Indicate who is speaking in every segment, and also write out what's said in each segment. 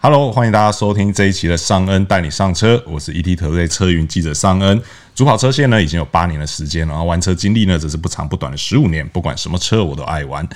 Speaker 1: Hello，欢迎大家收听这一期的尚恩带你上车，我是 ET Today 车云记者尚恩。主跑车线呢已经有八年的时间，然后玩车经历呢则是不长不短的十五年，不管什么车我都爱玩。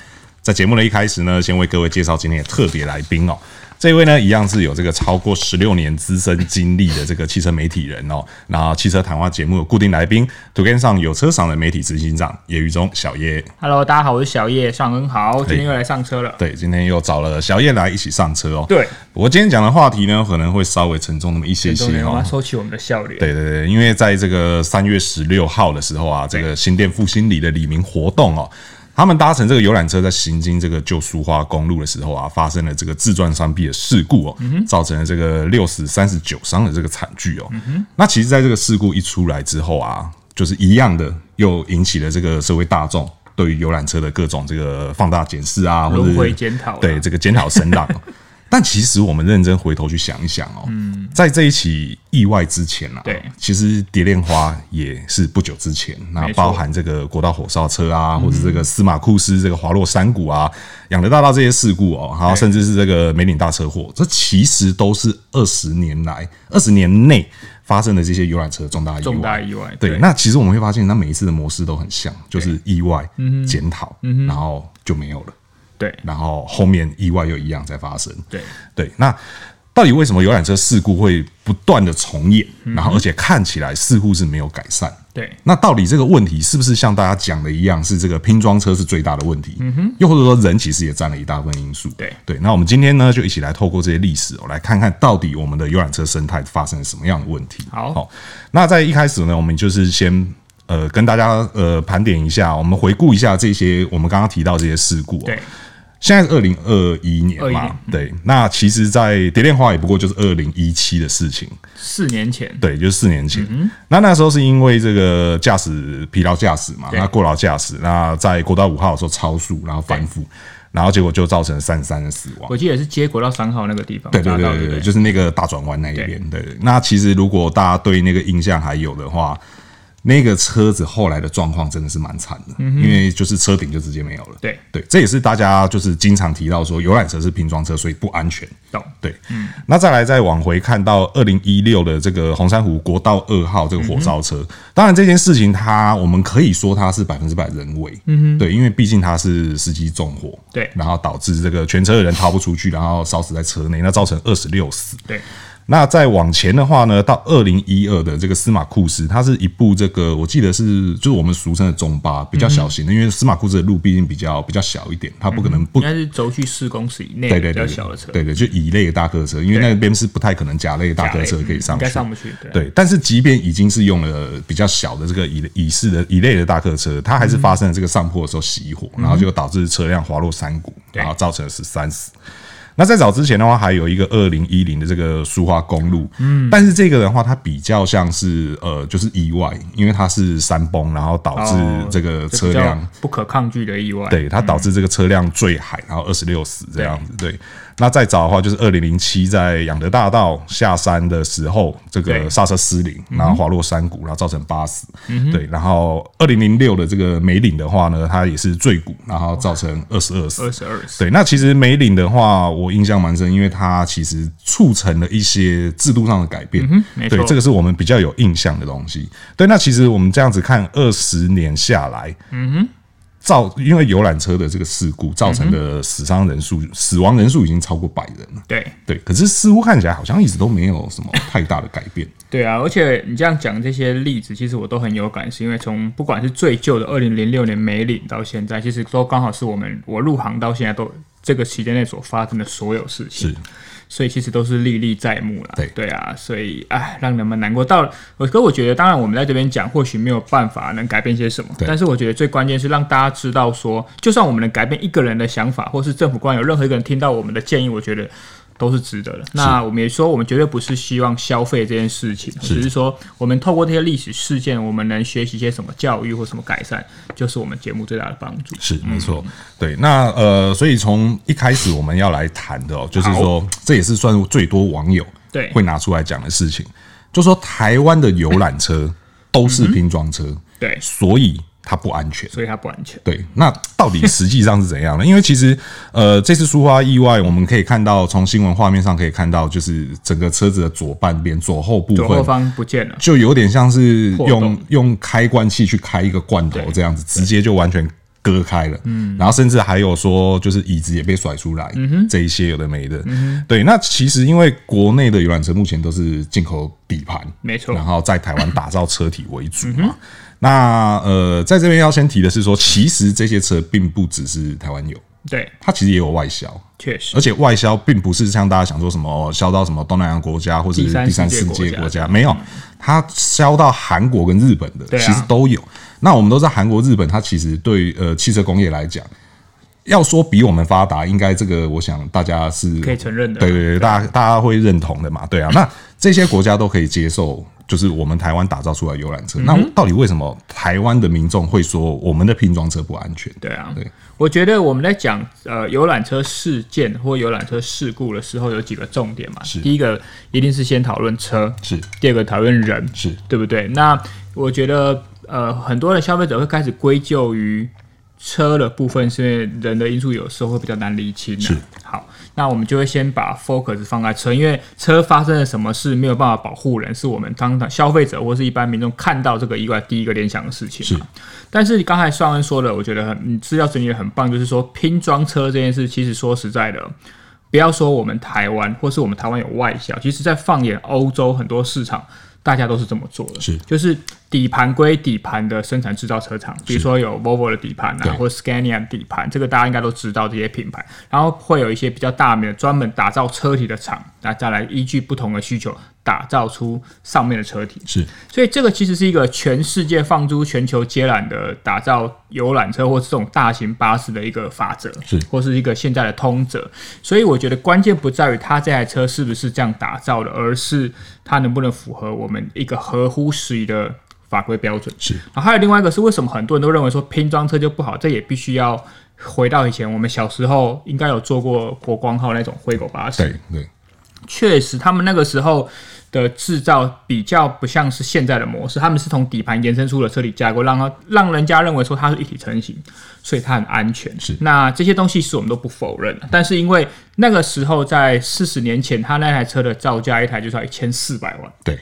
Speaker 1: 在节目的一开始呢，先为各位介绍今天的特别来宾哦。这位呢，一样是有这个超过十六年资深经历的这个汽车媒体人哦。然后汽车谈话节目有固定来宾，图片上有车赏的媒体执行长叶玉忠小叶。
Speaker 2: Hello，大家好，我是小叶，尚恩豪，今天又来上车了。
Speaker 1: 对，今天又找了小叶来一起上车哦。
Speaker 2: 对，
Speaker 1: 我今天讲的话题呢，可能会稍微沉重那么一些
Speaker 2: 终于
Speaker 1: 些
Speaker 2: 我
Speaker 1: 哦
Speaker 2: 们。收起我们的笑脸。
Speaker 1: 对对对，因为在这个三月十六号的时候啊，这个新店复兴里的李明活动哦，他们搭乘这个游览车在行经这个旧苏花公路的时候啊，发生了这个自转山壁的事故哦，造成了这个六死三十九伤的这个惨剧哦。那其实，在这个事故一出来之后啊，就是一样的又引起了这个社会大众。对于游览车的各种这个放大检视啊，或者是
Speaker 2: 轮回检讨啦
Speaker 1: 对这个检讨声浪。哦但其实我们认真回头去想一想哦，在这一起意外之前啊，
Speaker 2: 嗯对
Speaker 1: 其实蝶恋花也是不久之前，那
Speaker 2: 没错嗯
Speaker 1: 包含这个国道火烧车啊，或者这个司马库斯这个滑落山谷啊，养德大道这些事故哦，然后
Speaker 2: 对
Speaker 1: 甚至是这个梅岭大车祸，这其实都是二十年来、二十年内发生的这些游览车重大意外。
Speaker 2: 重大意外
Speaker 1: 对，
Speaker 2: 对
Speaker 1: 那其实我们会发现，那每一次的模式都很像，就是意外、
Speaker 2: 嗯
Speaker 1: 检讨，然后就没有了。
Speaker 2: 对
Speaker 1: 然后后面意外又一样在发生。
Speaker 2: 对
Speaker 1: 对，那到底为什么游览车事故会不断的重演，
Speaker 2: 嗯
Speaker 1: 然后而且看起来似乎是没有改善？
Speaker 2: 对
Speaker 1: 那到底这个问题是不是像大家讲的一样，是这个拼装车是最大的问题？嗯哼，又或者说人其实也占了一大部分因素。
Speaker 2: 对
Speaker 1: 对，那我们今天呢，就一起来透过这些历史哦，来看看到底我们的游览车生态发生了什么样的问题。
Speaker 2: 好
Speaker 1: 那在一开始呢，我们就是先。呃，跟大家呃盘点一下，我们回顾一下这些我们刚刚提到这些事故、哦。
Speaker 2: 对，
Speaker 1: 现在是二零二一年
Speaker 2: 21
Speaker 1: 嘛
Speaker 2: 年，
Speaker 1: 对，那其实，在蝶恋花也不过就是二零一七的事情，
Speaker 2: 四年前，
Speaker 1: 对，就是四年前。那那时候是因为这个驾驶疲劳驾驶嘛，
Speaker 2: 对
Speaker 1: 那过劳驾驶，那在国道五号的时候超速，然后反复，然后结果就造成三三的死亡。
Speaker 2: 我记得也是接国道三号那个地方，
Speaker 1: 对对
Speaker 2: 匝道
Speaker 1: 对
Speaker 2: 对
Speaker 1: 对对，
Speaker 2: 不
Speaker 1: 就是那个大转弯那一边。对对，那其实如果大家对那个印象还有的话，那个车子后来的状况真的是蛮惨的，因为就是车顶就直接没有了。
Speaker 2: 对
Speaker 1: 对，这也是大家就是经常提到说游览车是拼装车，所以不安全。
Speaker 2: 懂
Speaker 1: 对，那再来再往回看到二零一六的这个红珊瑚国道二号这个火烧车，当然这件事情它我们可以说它是百分之百人为，嗯对，因为毕竟它是司机纵火，
Speaker 2: 对
Speaker 1: 然后导致这个全车的人逃不出去，然后烧死在车内，那造成二十六死。
Speaker 2: 对
Speaker 1: 那再往前的话呢，到二零一二的这个司马库斯，它是一部这个我记得是就是我们俗称的中巴，比较小型的，因为司马库斯的路毕竟比较比较小一点，它不可能不
Speaker 2: 应该是轴距四公尺以内
Speaker 1: 对
Speaker 2: 比
Speaker 1: 对对
Speaker 2: 较
Speaker 1: 对
Speaker 2: 小的车，
Speaker 1: 对对，就乙类的大客车，因为
Speaker 2: 对嗯
Speaker 1: 那边是不太可能甲类的大客车可以上
Speaker 2: 应该
Speaker 1: 去。
Speaker 2: 上不去，对
Speaker 1: 对，但是即便已经是用了比较小的这个乙乙式的乙类的大客车，它还是发生了这个上坡的时候熄
Speaker 2: 嗯
Speaker 1: 火，然后就导致车辆滑落山谷，然后造成十三死。那在早之前的话，还有一个二零一零的这个苏花公路，嗯，但是这个的话，它比较像是呃，就是意外，因为它是山崩，然后导致
Speaker 2: 哦
Speaker 1: 这个
Speaker 2: 这
Speaker 1: 车
Speaker 2: 比较
Speaker 1: 辆
Speaker 2: 不可抗拒的意外，
Speaker 1: 对，它导致这个车辆坠海，然后二十六死这样子。对，那再早的话就是二零零七在养德大道下山的时候，这个
Speaker 2: 对
Speaker 1: 刹车失灵，然后滑落山谷，然后造成八死。对，然后二零零六的这个梅岭的话呢，它也是坠谷，然后造成二十二死。
Speaker 2: 二十二
Speaker 1: 对，那其实梅岭的话，我印象蛮深，因为它其实促成了一些制度上的改变。
Speaker 2: 没错
Speaker 1: 对，这个是我们比较有印象的东西。对，那其实我们这样子看，二十年下来，嗯哼，造因为游览车的这个事故造成的死伤人数、死亡人数已经超过百人了。
Speaker 2: 对
Speaker 1: 对，可是似乎看起来好像一直都没有什么太大的改变。
Speaker 2: 对啊，而且你这样讲这些例子，其实我都很有感，是因为从不管是最旧的二零零六年梅岭到现在，其实都刚好是我们我入行到现在都这个期间内所发生的所有事情，
Speaker 1: 是
Speaker 2: 所以其实都是历历在目啦。
Speaker 1: 对
Speaker 2: 啊，所以哎，让人们难过。到我可我觉得，当然我们在这边讲，或许没有办法能改变些什么，
Speaker 1: 对
Speaker 2: 但是我觉得最关键是让大家知道说，就算我们能改变一个人的想法，或是政府官有任何一个人听到我们的建议，我觉得都是值得的。那我们也说，我们绝对不是希望消费这件事情，只是说我们透过这些历史事件，我们能学习些什么教育或什么改善，就是我们节目最大的帮助。
Speaker 1: 是没错，
Speaker 2: 嗯
Speaker 1: 对，那呃，所以从一开始我们要来谈的哦，就是说，这也是算最多网友
Speaker 2: 对
Speaker 1: 会拿出来讲的事情，就说台湾的游览车都是拼装车，
Speaker 2: 对
Speaker 1: 所以它不安全。
Speaker 2: 嗯所以它不安全。
Speaker 1: 对，那到底实际上是怎样呢？ 因为其实，呃，这次苏花意外，我们可以看到，从新闻画面上可以看到，就是整个车子的左半边、左后部
Speaker 2: 左后
Speaker 1: 分，
Speaker 2: 方不见了，
Speaker 1: 就有点像是
Speaker 2: 破
Speaker 1: 用
Speaker 2: 洞
Speaker 1: 用开关器去开一个罐头这样子，直接就完全割开了。嗯，然后甚至还有说，就是椅子也被甩出来，
Speaker 2: 嗯
Speaker 1: 这一些有的没的。对，那其实因为国内的游览车目前都是进口底盘，
Speaker 2: 没错嗯
Speaker 1: 然后在台湾打造车体为主嘛。那呃，在这边要先提的是说，其实这些车并不只是台湾有，
Speaker 2: 对，
Speaker 1: 它其实也有外销，
Speaker 2: 确实
Speaker 1: 而且外销并不是像大家想说什么哦销到什么东南亚国家或者是
Speaker 2: 第三
Speaker 1: 第三世
Speaker 2: 世界
Speaker 1: 界
Speaker 2: 国
Speaker 1: 国
Speaker 2: 家嗯
Speaker 1: 家，没有，它销到韩国跟日本的
Speaker 2: 对啊
Speaker 1: 其实都有。那我们都知道，韩国、日本它其实对呃汽车工业来讲。要说比我们发达，应该这个我想大家是
Speaker 2: 可以承认的啊嗯
Speaker 1: 对对对，大家大家会认同的嘛，对啊。那这些国家都可以接受，就是我们台湾打造出来的游览
Speaker 2: 嗯
Speaker 1: 车。那到底为什么台湾的民众会说我们的拼装车不安全？
Speaker 2: 对啊，
Speaker 1: 对
Speaker 2: 我觉得我们在讲呃游览车事件或游览车事故的时候，有几个重点嘛。
Speaker 1: 是
Speaker 2: 第一个一定是先讨论车，
Speaker 1: 是
Speaker 2: 第二个讨论人，
Speaker 1: 是
Speaker 2: 对不对？那我觉得呃，很多的消费者会开始归咎于车的部分，是因为人的因素有时候会比较难理清、啊。
Speaker 1: 是，
Speaker 2: 好，那我们就会先把 focus 放在车，因为车发生了什么事没有办法保护人，是我们当消费者或是一般民众看到这个意外第一个联想的事情。
Speaker 1: 是，
Speaker 2: 但是刚才尚恩说的，我觉得很嗯资料整理的很棒，就是说拼装车这件事，其实说实在的。不要说我们台湾，或是我们台湾有外销，其实在放眼欧洲很多市场，大家都是这么做的。
Speaker 1: 是
Speaker 2: 就是底盘归底盘的生产制造车厂，比如说有 Volvo 的底盘
Speaker 1: 对
Speaker 2: 啊，或 Scania 的底盘，这个大家应该都知道这些品牌。然后会有一些比较大名的专门打造车体的厂，那再来依据不同的需求打造出上面的车体。
Speaker 1: 是
Speaker 2: 所以这个其实是一个全世界放诸全球皆然的打造游览车或是这种大型巴士的一个法则，
Speaker 1: 是
Speaker 2: 或是一个现在的通则。所以我觉得关键不在于它这台车是不是这样打造的，而是它能不能符合我们一个合乎时宜的法规标准。
Speaker 1: 是
Speaker 2: 然后还有另外一个是，为什么很多人都认为说拼装车就不好？这也必须要回到以前我们小时候应该有坐过国光号那种灰狗巴士，
Speaker 1: 对对
Speaker 2: 确实，他们那个时候的制造比较不像是现在的模式，他们是从底盘延伸出了车体架构，让它让人家认为说它是一体成型，所以它很安全。
Speaker 1: 是
Speaker 2: 那这些东西是我们都不否认的，但是因为那个时候在四十年前，它那台车的造价一台就是要一千四百万。
Speaker 1: 对，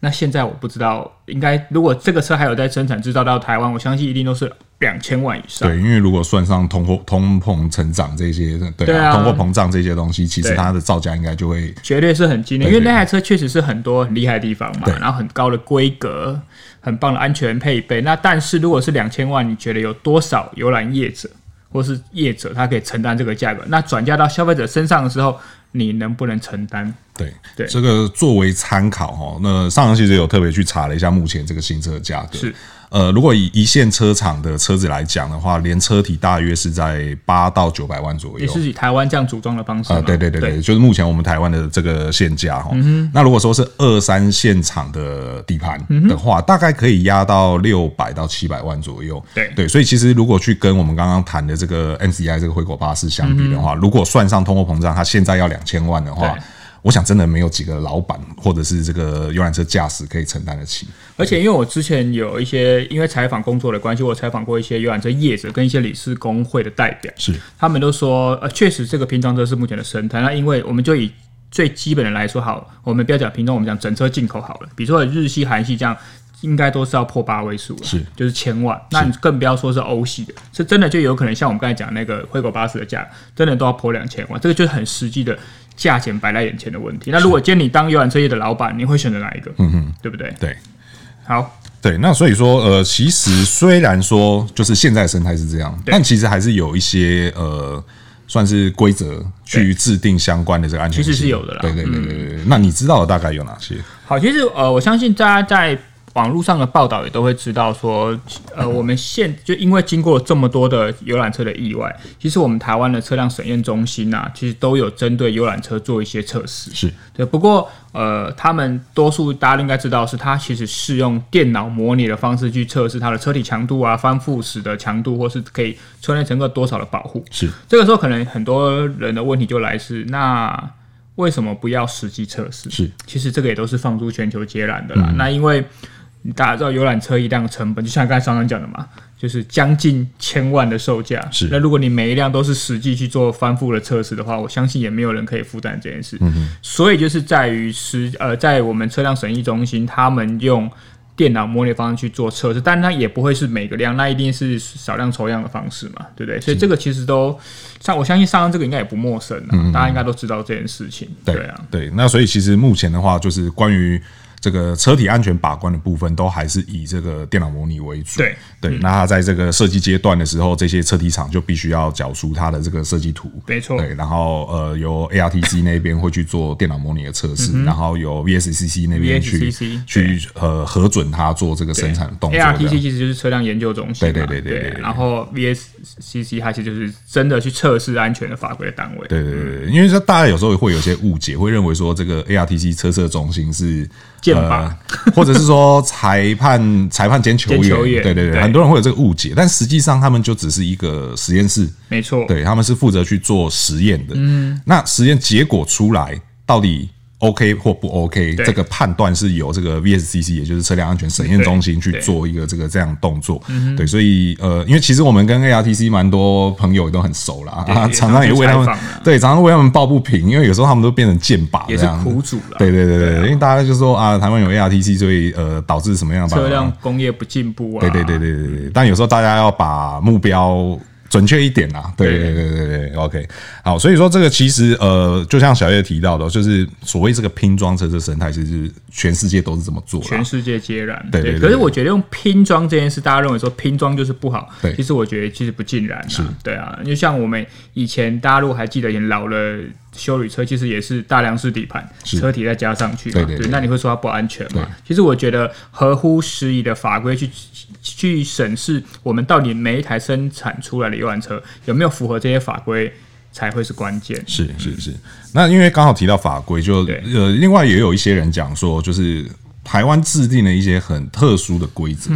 Speaker 2: 那现在我不知道，应该如果这个车还有在生产制造到台湾，我相信一定都是两千万以上。
Speaker 1: 对，因为如果算上通货通膨成长这些，对
Speaker 2: 对啊
Speaker 1: 啊，通货膨胀这些东西，其实
Speaker 2: 对
Speaker 1: 它的造价应该就会
Speaker 2: 绝对是很惊艳，因
Speaker 1: 对
Speaker 2: 为那台车确实是很多很厉害的地方嘛
Speaker 1: 对，
Speaker 2: 然后很高的规格，很棒的安全配备。那但是如果是两千万，你觉得有多少游览业者或是业者他可以承担这个价格？那转嫁到消费者身上的时候，你能不能承担？
Speaker 1: 对
Speaker 2: 对
Speaker 1: 这个作为参考哈。那上行其实有特别去查了一下目前这个新车的价格，
Speaker 2: 是
Speaker 1: 呃，如果以一线车厂的车子来讲的话，连车体大约是在八到九百万左
Speaker 2: 也
Speaker 1: 右。
Speaker 2: 是以台湾这样组装的方式
Speaker 1: 啊、
Speaker 2: 嘛？
Speaker 1: 对对对对，嗯就是目前我们台湾的这个限价哈。那如果说是二三线厂的底盘的话，大概可以压到六百到七百万左右。
Speaker 2: 对
Speaker 1: 对，所以其实如果去跟我们刚刚谈的这个 MCI 这个回国巴士相比的话，如果算上通货膨胀，它现在要两千万的话
Speaker 2: 对。
Speaker 1: 我想真的没有几个老板或者是这个游览车驾驶可以承担得起。
Speaker 2: 而且因为我之前有一些因为采访工作的关系，我采访过一些游览车业者跟一些理事工会的代表，
Speaker 1: 是
Speaker 2: 他们都说，呃，确实这个拼装车是目前的生态。那因为我们就以最基本的来说好了，我们不要讲拼装，我们讲整车进口好了。比如说日系、韩系这样，应该都是要破八位数了，
Speaker 1: 是
Speaker 2: 就是千万。那你更不要说是欧系的，是真的就有可能像我们刚才讲那个灰狗巴士的价，真的都要破两千万，这个就是很实际的。价钱摆在眼前的问题。那如果今天你当游览车业的老板，你会选择哪一个？嗯嗯，对不对？
Speaker 1: 对
Speaker 2: 好，
Speaker 1: 对，那所以说，呃，其实虽然说就是现在的生态是这样，但其实还是有一些呃，算是规则去制定相关的这个安全
Speaker 2: 其
Speaker 1: 性，
Speaker 2: 实是有的啦嗯
Speaker 1: 对对对对对对。那你知道的大概有哪些？
Speaker 2: 好，其实呃，我相信大家在网络上的报道也都会知道说，呃，我们现就因为经过了这么多的游览车的意外，其实我们台湾的车辆审验中心啊，其实都有针对游览车做一些测试。
Speaker 1: 是
Speaker 2: 对，不过呃，他们多数大家应该知道是，它其实是用电脑模拟的方式去测试它的车体强度啊、翻覆时的强度，或是可以车内乘客多少的保护。
Speaker 1: 是
Speaker 2: 这个时候可能很多人的问题就来自那。为什么不要实际测试？
Speaker 1: 是，
Speaker 2: 嗯其实这个也都是放诸全球皆然的啦。那因为你大家知道游览车一辆成本，就像刚才常常讲的嘛，就是将近千万的售价。
Speaker 1: 是
Speaker 2: 那如果你每一辆都是实际去做翻覆的测试的话，我相信也没有人可以负担这件事。嗯、所以就是在于实呃，在我们车辆审议中心，他们用。电脑模拟方式去做测试，但它也不会是每个量，那一定是少量抽样的方式嘛，对不对？所以这个其实都上，我相信上岸这个应该也不陌生啊，大家应该都知道这件事情，对啊。
Speaker 1: 对，那所以其实目前的话，就是关于这个车体安全把关的部分，都还是以这个电脑模拟为主。
Speaker 2: 对嗯
Speaker 1: 对，那它在这个设计阶段的时候，这些车体厂就必须要缴出它的这个设计图，
Speaker 2: 没错
Speaker 1: 对，然后呃，由 ARTC 那边会去做电脑模拟的测
Speaker 2: 嗯
Speaker 1: 试，然后由 VSCC 那边去
Speaker 2: VSCC
Speaker 1: 去呃核准它做这个生产动作。这样
Speaker 2: ARTC 其实就是车辆研究中心嘛，
Speaker 1: 对对对对对对
Speaker 2: 然后 VSCC 它其实就是真的去测试安全的法规的单位，
Speaker 1: 对对对对，因为说大家有时候会有些误解，会认为说这个 ARTC 车测中心是
Speaker 2: 剑拔
Speaker 1: 呃，或者是说裁判裁判兼球员，
Speaker 2: 兼球员
Speaker 1: 对对
Speaker 2: 对
Speaker 1: 很多人会有这个误解，但实际上他们就只是一个实验室，
Speaker 2: 没错，
Speaker 1: 对，他们是负责去做实验的。嗯，那实验结果出来到底 OK 或不 OK，
Speaker 2: 对
Speaker 1: 这个判断是由这个 VSCC，也就是车辆安全审验中心去做一个这个这样的动作。
Speaker 2: 嗯
Speaker 1: 对，所以呃，因为其实我们跟 ARTC 蛮多朋友都很熟啦，啊，
Speaker 2: 也
Speaker 1: 常常也为他
Speaker 2: 常
Speaker 1: 们
Speaker 2: 去采访啊
Speaker 1: 对，常常为他们抱不平，因为有时候他们都变成剑靶
Speaker 2: 也
Speaker 1: 这
Speaker 2: 是
Speaker 1: 样。
Speaker 2: 苦主了，
Speaker 1: 对对对对，因为大家就说啊，台湾有 ARTC，所以呃导致什么样的
Speaker 2: 车辆工业不进步啊，
Speaker 1: 对对对对对对，但有时候大家要把目标准确一点啦。对对对对对对，OK，好，所以说这个其实呃，就像小叶提到的，就是所谓这个拼装车这生态，其实全世界都是这么做啦。
Speaker 2: 全世界皆然。
Speaker 1: 啊对对对
Speaker 2: 可是我觉得用拼装这件事，大家认为说拼装就是不好，
Speaker 1: 对
Speaker 2: 其实我觉得其实不尽然、啊。是，对啊，就像我们以前大家如果还记得，以前老了修理车其实也是大梁式底盘，车体再加上去嘛，
Speaker 1: 对对对
Speaker 2: 那你会说它不安全吗？其实我觉得合乎时宜的法规去去审视我们到底每一台生产出来的游览车有没有符合这些法规，才会是关键。
Speaker 1: 是是是，那因为刚好提到法规，就
Speaker 2: 对
Speaker 1: 呃，另外也有一些人讲说，就是台湾制定了一些很特殊的规 则，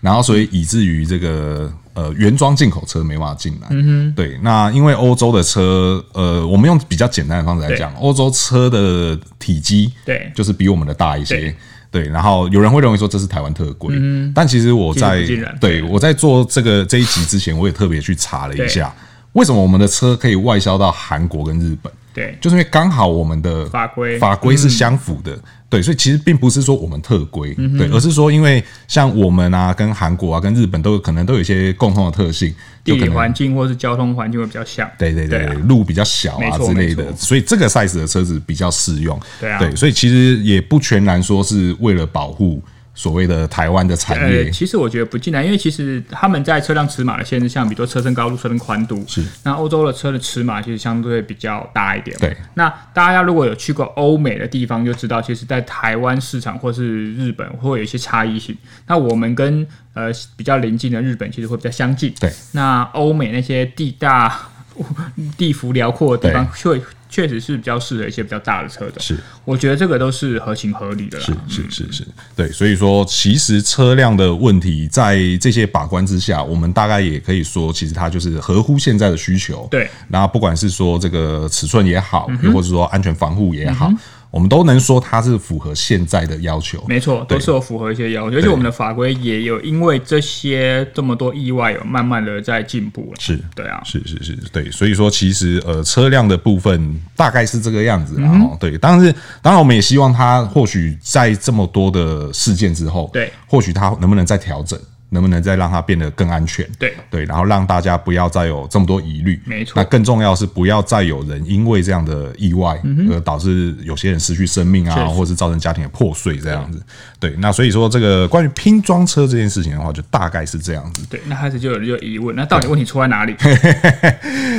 Speaker 1: 然后所以以至于这个呃原装进口车没办法进来。嗯哼，对。那因为欧洲的车，呃，我们用比较简单的方式来讲，欧洲车的体积
Speaker 2: 对
Speaker 1: 就是比我们的大一些
Speaker 2: 对。嗯
Speaker 1: 对，然后有人会认为说这是台湾特规，但其实我在
Speaker 2: 其实不尽然
Speaker 1: 对我在做这个这一集之前，我也特别去查了一
Speaker 2: 对
Speaker 1: 下，为什么我们的车可以外销到韩国跟日本？
Speaker 2: 对，
Speaker 1: 就是因为刚好我们的
Speaker 2: 法规嗯
Speaker 1: 法规是相符的，对，所以其实并不是说我们特规，对，而是说因为像我们啊，跟韩国啊，跟日本都有可能都有一些共同的特性，
Speaker 2: 地
Speaker 1: 就可
Speaker 2: 理环
Speaker 1: 能。
Speaker 2: 境或是交通环境会比较像。
Speaker 1: 对对对，
Speaker 2: 对啊
Speaker 1: 路比较小
Speaker 2: 没
Speaker 1: 啊
Speaker 2: 错
Speaker 1: 之类的
Speaker 2: 没，错
Speaker 1: 所以这个 size 的车子比较适用。
Speaker 2: 对啊
Speaker 1: 所以其实也不全然说是为了保护所谓的台湾的产
Speaker 2: 呃，
Speaker 1: 业，
Speaker 2: 其实我觉得不尽然，因为其实他们在车辆尺码的限制上，比如说车身高度、车身宽度，
Speaker 1: 是
Speaker 2: 那欧洲的车的尺码其实相对比较大一点。
Speaker 1: 对，
Speaker 2: 那大家如果有去过欧美的地方，就知道其实，在台湾市场或是日本会有一些差异性。那我们跟呃比较邻近的日本其实会比较相近。
Speaker 1: 对，
Speaker 2: 那欧美那些地大 地幅辽阔的地方，确确实是比较适合一些比较大的车种。
Speaker 1: 是，
Speaker 2: 我觉得这个都是合情合理的啦。嗯
Speaker 1: 是是是是，对，所以说其实车辆的问题在这些把关之下，我们大概也可以说，其实它就是合乎现在的需求。
Speaker 2: 对，嗯
Speaker 1: 那不管是说这个尺寸也好，又或者说安全防护也好，我们都能说它是符合现在的要求。
Speaker 2: 没错，
Speaker 1: 对
Speaker 2: 都是有符合一些要求，而且我们的法规也有因为这些这么多意外，有慢慢的在进步了。
Speaker 1: 是
Speaker 2: 对啊，
Speaker 1: 是是是，对，所以说其实呃，车辆的部分大概是这个样子啦，
Speaker 2: 嗯
Speaker 1: 然后、对，但是当然我们也希望它或许在这么多的事件之后，
Speaker 2: 对，
Speaker 1: 或许它能不能再调整，能不能再让它变得更安全，
Speaker 2: 对
Speaker 1: 对，然后让大家不要再有这么多疑虑，
Speaker 2: 没错
Speaker 1: 那更重要是不要再有人因为这样的意外、而导致有些人失去生命
Speaker 2: 嗯确
Speaker 1: 啊，
Speaker 2: 实
Speaker 1: 或是造成家庭的破碎这样子，对，那所以说这个关于拼装车这件事情的话，就大概是这样子。
Speaker 2: 对，那开始就有人就有疑问，那到底问题出在 哪里？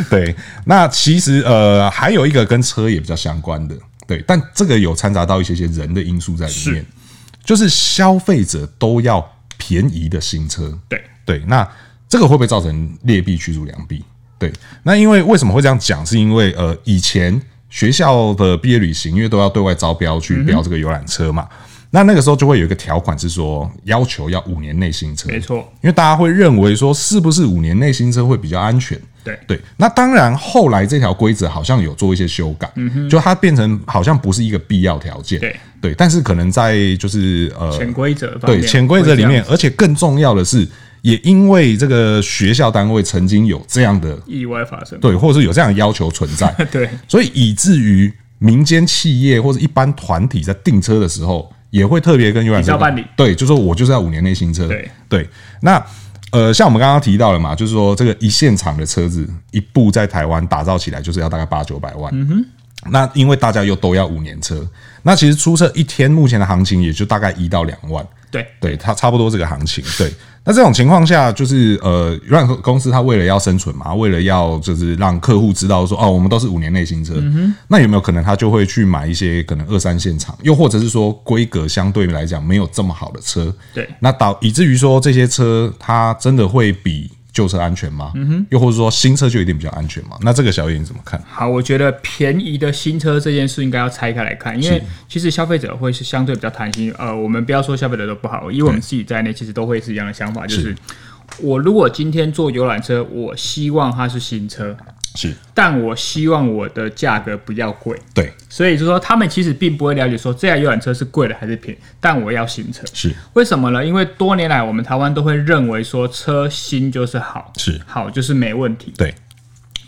Speaker 1: 对，那其实呃，还有一个跟车也比较相关的，对，但这个有掺杂到一些些人的因素在里面，就是消费者都要便宜的新车，
Speaker 2: 对，
Speaker 1: 对，那这个会不会造成劣币驱逐良币？对，那因为为什么会这样讲？是因为呃，以前学校的毕业旅行，因为都要对外招标去标这个游览车嘛，那那个时候就会有一个条款是说，要求要五年内新车，
Speaker 2: 没错，
Speaker 1: 因为大家会认为说，是不是五年内新车会比较安全？
Speaker 2: 对
Speaker 1: 对，那当然，后来这条规则好像有做一些修改，就它变成好像不是一个必要条件。
Speaker 2: 嗯对，
Speaker 1: 对，但是可能在就是呃
Speaker 2: 潜规则方
Speaker 1: 对
Speaker 2: 面
Speaker 1: 潜规则里面
Speaker 2: 会，
Speaker 1: 而且更重要的是，也因为这个学校单位曾经有这样的
Speaker 2: 这样意外发生。
Speaker 1: 对，或者是有这样的要求存在，
Speaker 2: 对，
Speaker 1: 所以以至于民间企业或者一般团体在订车的时候，也会特别跟游览车
Speaker 2: 比较办理
Speaker 1: 对，就说我就是要五年内新车，
Speaker 2: 对
Speaker 1: 那。呃，像我们刚刚提到了嘛，就是说这个一线厂的车子一部在台湾打造起来，就是要大概八九百万。嗯哼，那因为大家又都要五年车，那其实出车一天目前的行情也就大概一到两万。
Speaker 2: 对，
Speaker 1: 对，它差不多这个行情。对，那这种情况下，就是呃，游览公司它为了要生存嘛，为了要就是让客户知道说，哦，我们都是五年内新车，那有没有可能他就会去买一些可能二三线厂，又或者是说规格相对来讲没有这么好的车？
Speaker 2: 对
Speaker 1: 那导以至于说这些车它真的会比旧车安全吗？嗯哼，又或者说新车就一定比较安全吗？那这个小野你怎么看？
Speaker 2: 好，我觉得便宜的新车这件事应该要拆开来看，因为其实消费者会是相对比较贪心。呃，我们不要说消费者都不好，因为我们自己在内，其实都会是一样的想法，就是
Speaker 1: 是
Speaker 2: 我如果今天坐游览车，我希望它是新车，
Speaker 1: 是
Speaker 2: 但我希望我的价格不要贵。
Speaker 1: 对，
Speaker 2: 所以就说他们其实并不会了解说这台游览车是贵的还是便宜，但我要新车。
Speaker 1: 是
Speaker 2: 为什么呢？因为多年来我们台湾都会认为说车新就是好，
Speaker 1: 是
Speaker 2: 好就是没问题。
Speaker 1: 对，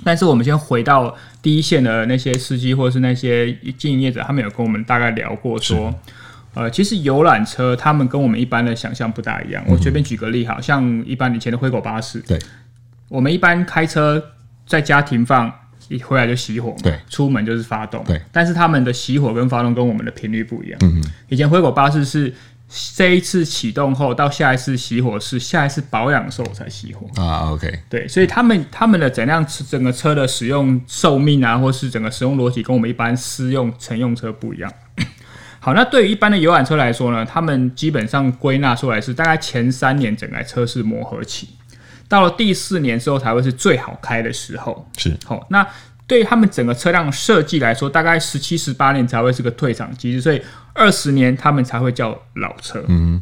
Speaker 2: 但是我们先回到第一线的那些司机或者是那些经营业者，他们有跟我们大概聊过说，呃，其实游览车他们跟我们一般的想象不大一样。我随便举个例好，像一般以前的灰狗巴士，
Speaker 1: 嗯对，
Speaker 2: 我们一般开车在家停放。一回来就熄火嘛，
Speaker 1: 对
Speaker 2: 出门就是发动，
Speaker 1: 对。
Speaker 2: 但是他们的熄火跟发动跟我们的频率不一样，嗯以前灰狗巴士是这一次启动后到下一次熄火是下一次保养的时候我才熄火，
Speaker 1: 啊，OK，
Speaker 2: 对，所以他们他们的整辆车整个车的使用寿命啊，或是整个使用逻辑跟我们一般私用乘用车不一样。 好，那对于一般的游览车来说呢，他们基本上归纳出来是大概前三年整台车是磨合期，到了第四年之后才会是最好开的时候。
Speaker 1: 是
Speaker 2: 好、那对于他们整个车辆设计来说，大概十七、十八年才会是个退场机制，所以二十年他们才会叫老车。嗯。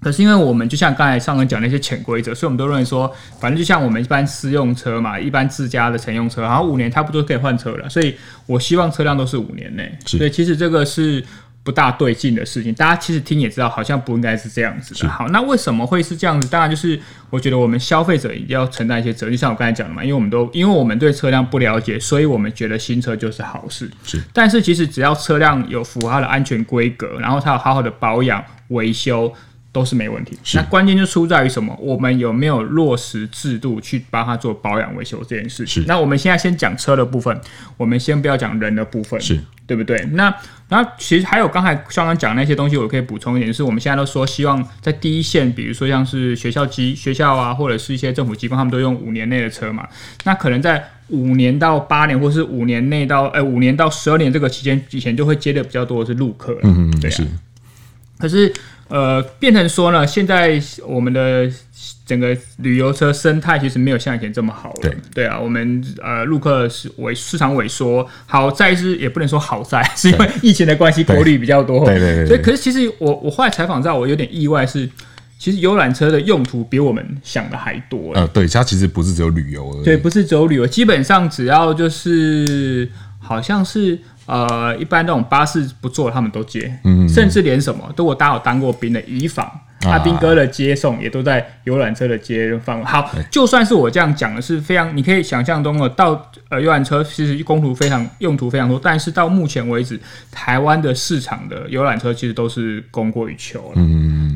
Speaker 2: 可是因为我们就像刚才上文讲那些潜规则，所以我们都认为说，反正就像我们一般私用车嘛，一般自家的乘用车，然后五年差不多可以换车了。所以我希望车辆都是五年内。
Speaker 1: 是
Speaker 2: 所以其实这个是不大对劲的事情。大家其实听也知道，好像不应该是这样子的。好，那为什么会是这样子？当然就是我觉得我们消费者也要承担一些责任，就像我刚才讲的嘛，因为我们都因为我们对车辆不了解，所以我们觉得新车就是好事。
Speaker 1: 是，
Speaker 2: 但是其实只要车辆有符合它的安全规格，然后它有好好的保养维修。都是没问题，那关键就出在于什么？我们有没有落实制度去帮它做保养维修这件事情？
Speaker 1: 是
Speaker 2: 那我们现在先讲车的部分，我们先不要讲人的部分。
Speaker 1: 是
Speaker 2: 对不对？那那其实还有刚才刚刚讲那些东西，我可以补充一点，就是我们现在都说希望在第一线，比如说像是学校机学校啊，或者是一些政府机关，他们都用五年内的车嘛。那可能在五年到八年，或是五年内到呃五年到十二年这个期间，以前就会接的比较多的是陆客了。嗯对、啊。
Speaker 1: 是
Speaker 2: 可是呃，变成说呢，现在我们的整个旅游车生态其实没有像以前这么好了。
Speaker 1: 对，
Speaker 2: 啊，我们呃陆客是萎市场萎缩，好在是也不能说好在， 是因为疫情的关系，国旅比较多。
Speaker 1: 对对对对
Speaker 2: 所以可是其实我我后来采访到，我有点意外是，其实游览车的用途比我们想的还多。欸
Speaker 1: 呃，对，它其实不是只有旅游而已，
Speaker 2: 对，不是走旅游，基本上只要就是好像是呃，一般那种巴士不坐他们都接，
Speaker 1: 嗯
Speaker 2: 甚至连什么，如果大家有当过兵的以防。
Speaker 1: 哦
Speaker 2: 阿兵哥的接送也都在游览车的接放。好，就算是我这样讲的是非常，你可以想象中的到呃游览车其实用途非常用途非常多，但是到目前为止，台湾的市场的游览车其实都是供过于求了。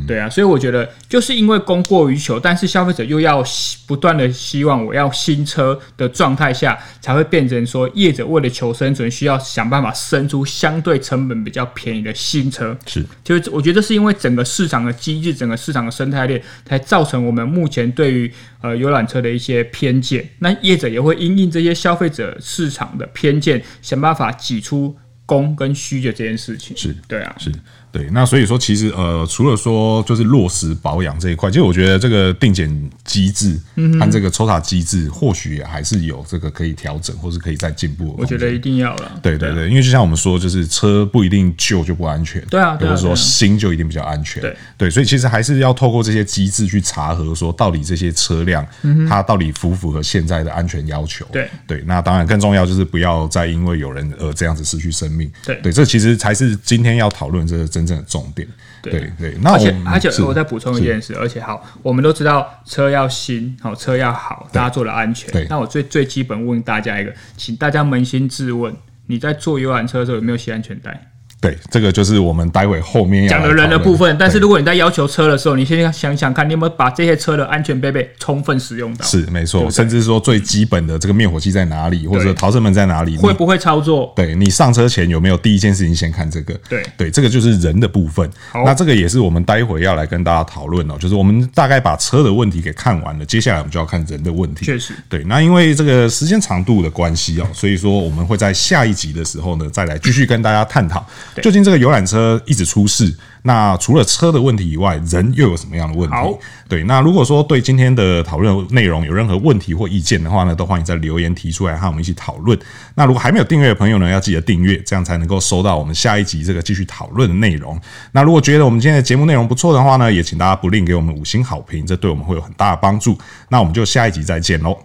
Speaker 2: 对啊，所以我觉得就是因为供过于求，但是消费者又要希不断的希望我要新车的状态下，才会变成说业者为了求生存，需要想办法生出相对成本比较便宜的新车。
Speaker 1: 是
Speaker 2: 就是我觉得是因为整个市场的机制、整个市场的生态链，才造成我们目前对于呃游览车的一些偏见。那业者也会因应这些消费者市场的偏见，想办法挤出供跟需的这件事情。
Speaker 1: 是
Speaker 2: 对啊，
Speaker 1: 是，对，那所以说，其实呃，除了说就是落实保养这一块，其实我觉得这个定检机制和这个抽查机制，或许也还是有这个可以调整，或是可以再进步的
Speaker 2: 我
Speaker 1: 空
Speaker 2: 觉
Speaker 1: 间。
Speaker 2: 得一定要了。
Speaker 1: 对对对，因为就像我们说，就是车不一定旧就不安全，
Speaker 2: 对啊对啊
Speaker 1: 或者
Speaker 2: 对
Speaker 1: 说
Speaker 2: 啊
Speaker 1: 新就一定比较安全，
Speaker 2: 对
Speaker 1: 所以其实还是要透过这些机制去查核，说到底这些车辆它到底符不符合现在的安全要求，
Speaker 2: 嗯对
Speaker 1: 对。那当然更重要就是不要再因为有人而这样子失去生命，
Speaker 2: 对
Speaker 1: 对，这其实才是今天要讨论这个真正的重点，对对。那
Speaker 2: 而
Speaker 1: 我
Speaker 2: 且
Speaker 1: 们
Speaker 2: 而且
Speaker 1: 哦是
Speaker 2: 我再补充一件事，而且好，我们都知道车要新，好车要好，大家做的安全
Speaker 1: 对。
Speaker 2: 那我最最基本问大家一个，请大家扪心自问，你在坐游览车的时候有没有系安全带？
Speaker 1: 对这个就是我们待会后面要
Speaker 2: 讲
Speaker 1: 来
Speaker 2: 了人的
Speaker 1: 讨论
Speaker 2: 部分，但是
Speaker 1: 对
Speaker 2: 如果你在要求车的时候，你先想想看，你有没有把这些车的安全配备充分使用到？
Speaker 1: 是没错，甚至说最基本的这个灭火器在哪里，或者
Speaker 2: 对
Speaker 1: 逃生门在哪里，
Speaker 2: 会
Speaker 1: 你
Speaker 2: 不会操作？
Speaker 1: 对你上车前有没有第一件事情先看这个？
Speaker 2: 对
Speaker 1: 对，这个就是人的部分。
Speaker 2: 好
Speaker 1: 那这个也是我们待会要来跟大家讨论哦，就是我们大概把车的问题给看完了，接下来我们就要看人的问题。
Speaker 2: 确实，
Speaker 1: 对，那因为这个时间长度的关系哦，所以说我们会在下一集的时候呢，再来继续跟大家探讨 究竟这个游览车一直出事，那除了车的问题以外，人又有什么样的问题
Speaker 2: 好？
Speaker 1: 对，那如果说对今天的讨论内容有任何问题或意见的话呢，都欢迎在留言提出来，和我们一起讨论。那如果还没有订阅的朋友呢，要记得订阅，这样才能够收到我们下一集这个继续讨论的内容。那如果觉得我们今天的节目内容不错的话呢，也请大家不吝给我们五星好评，这对我们会有很大的帮助。那我们就下一集再见喽，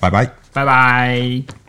Speaker 1: 拜拜。
Speaker 2: 拜拜。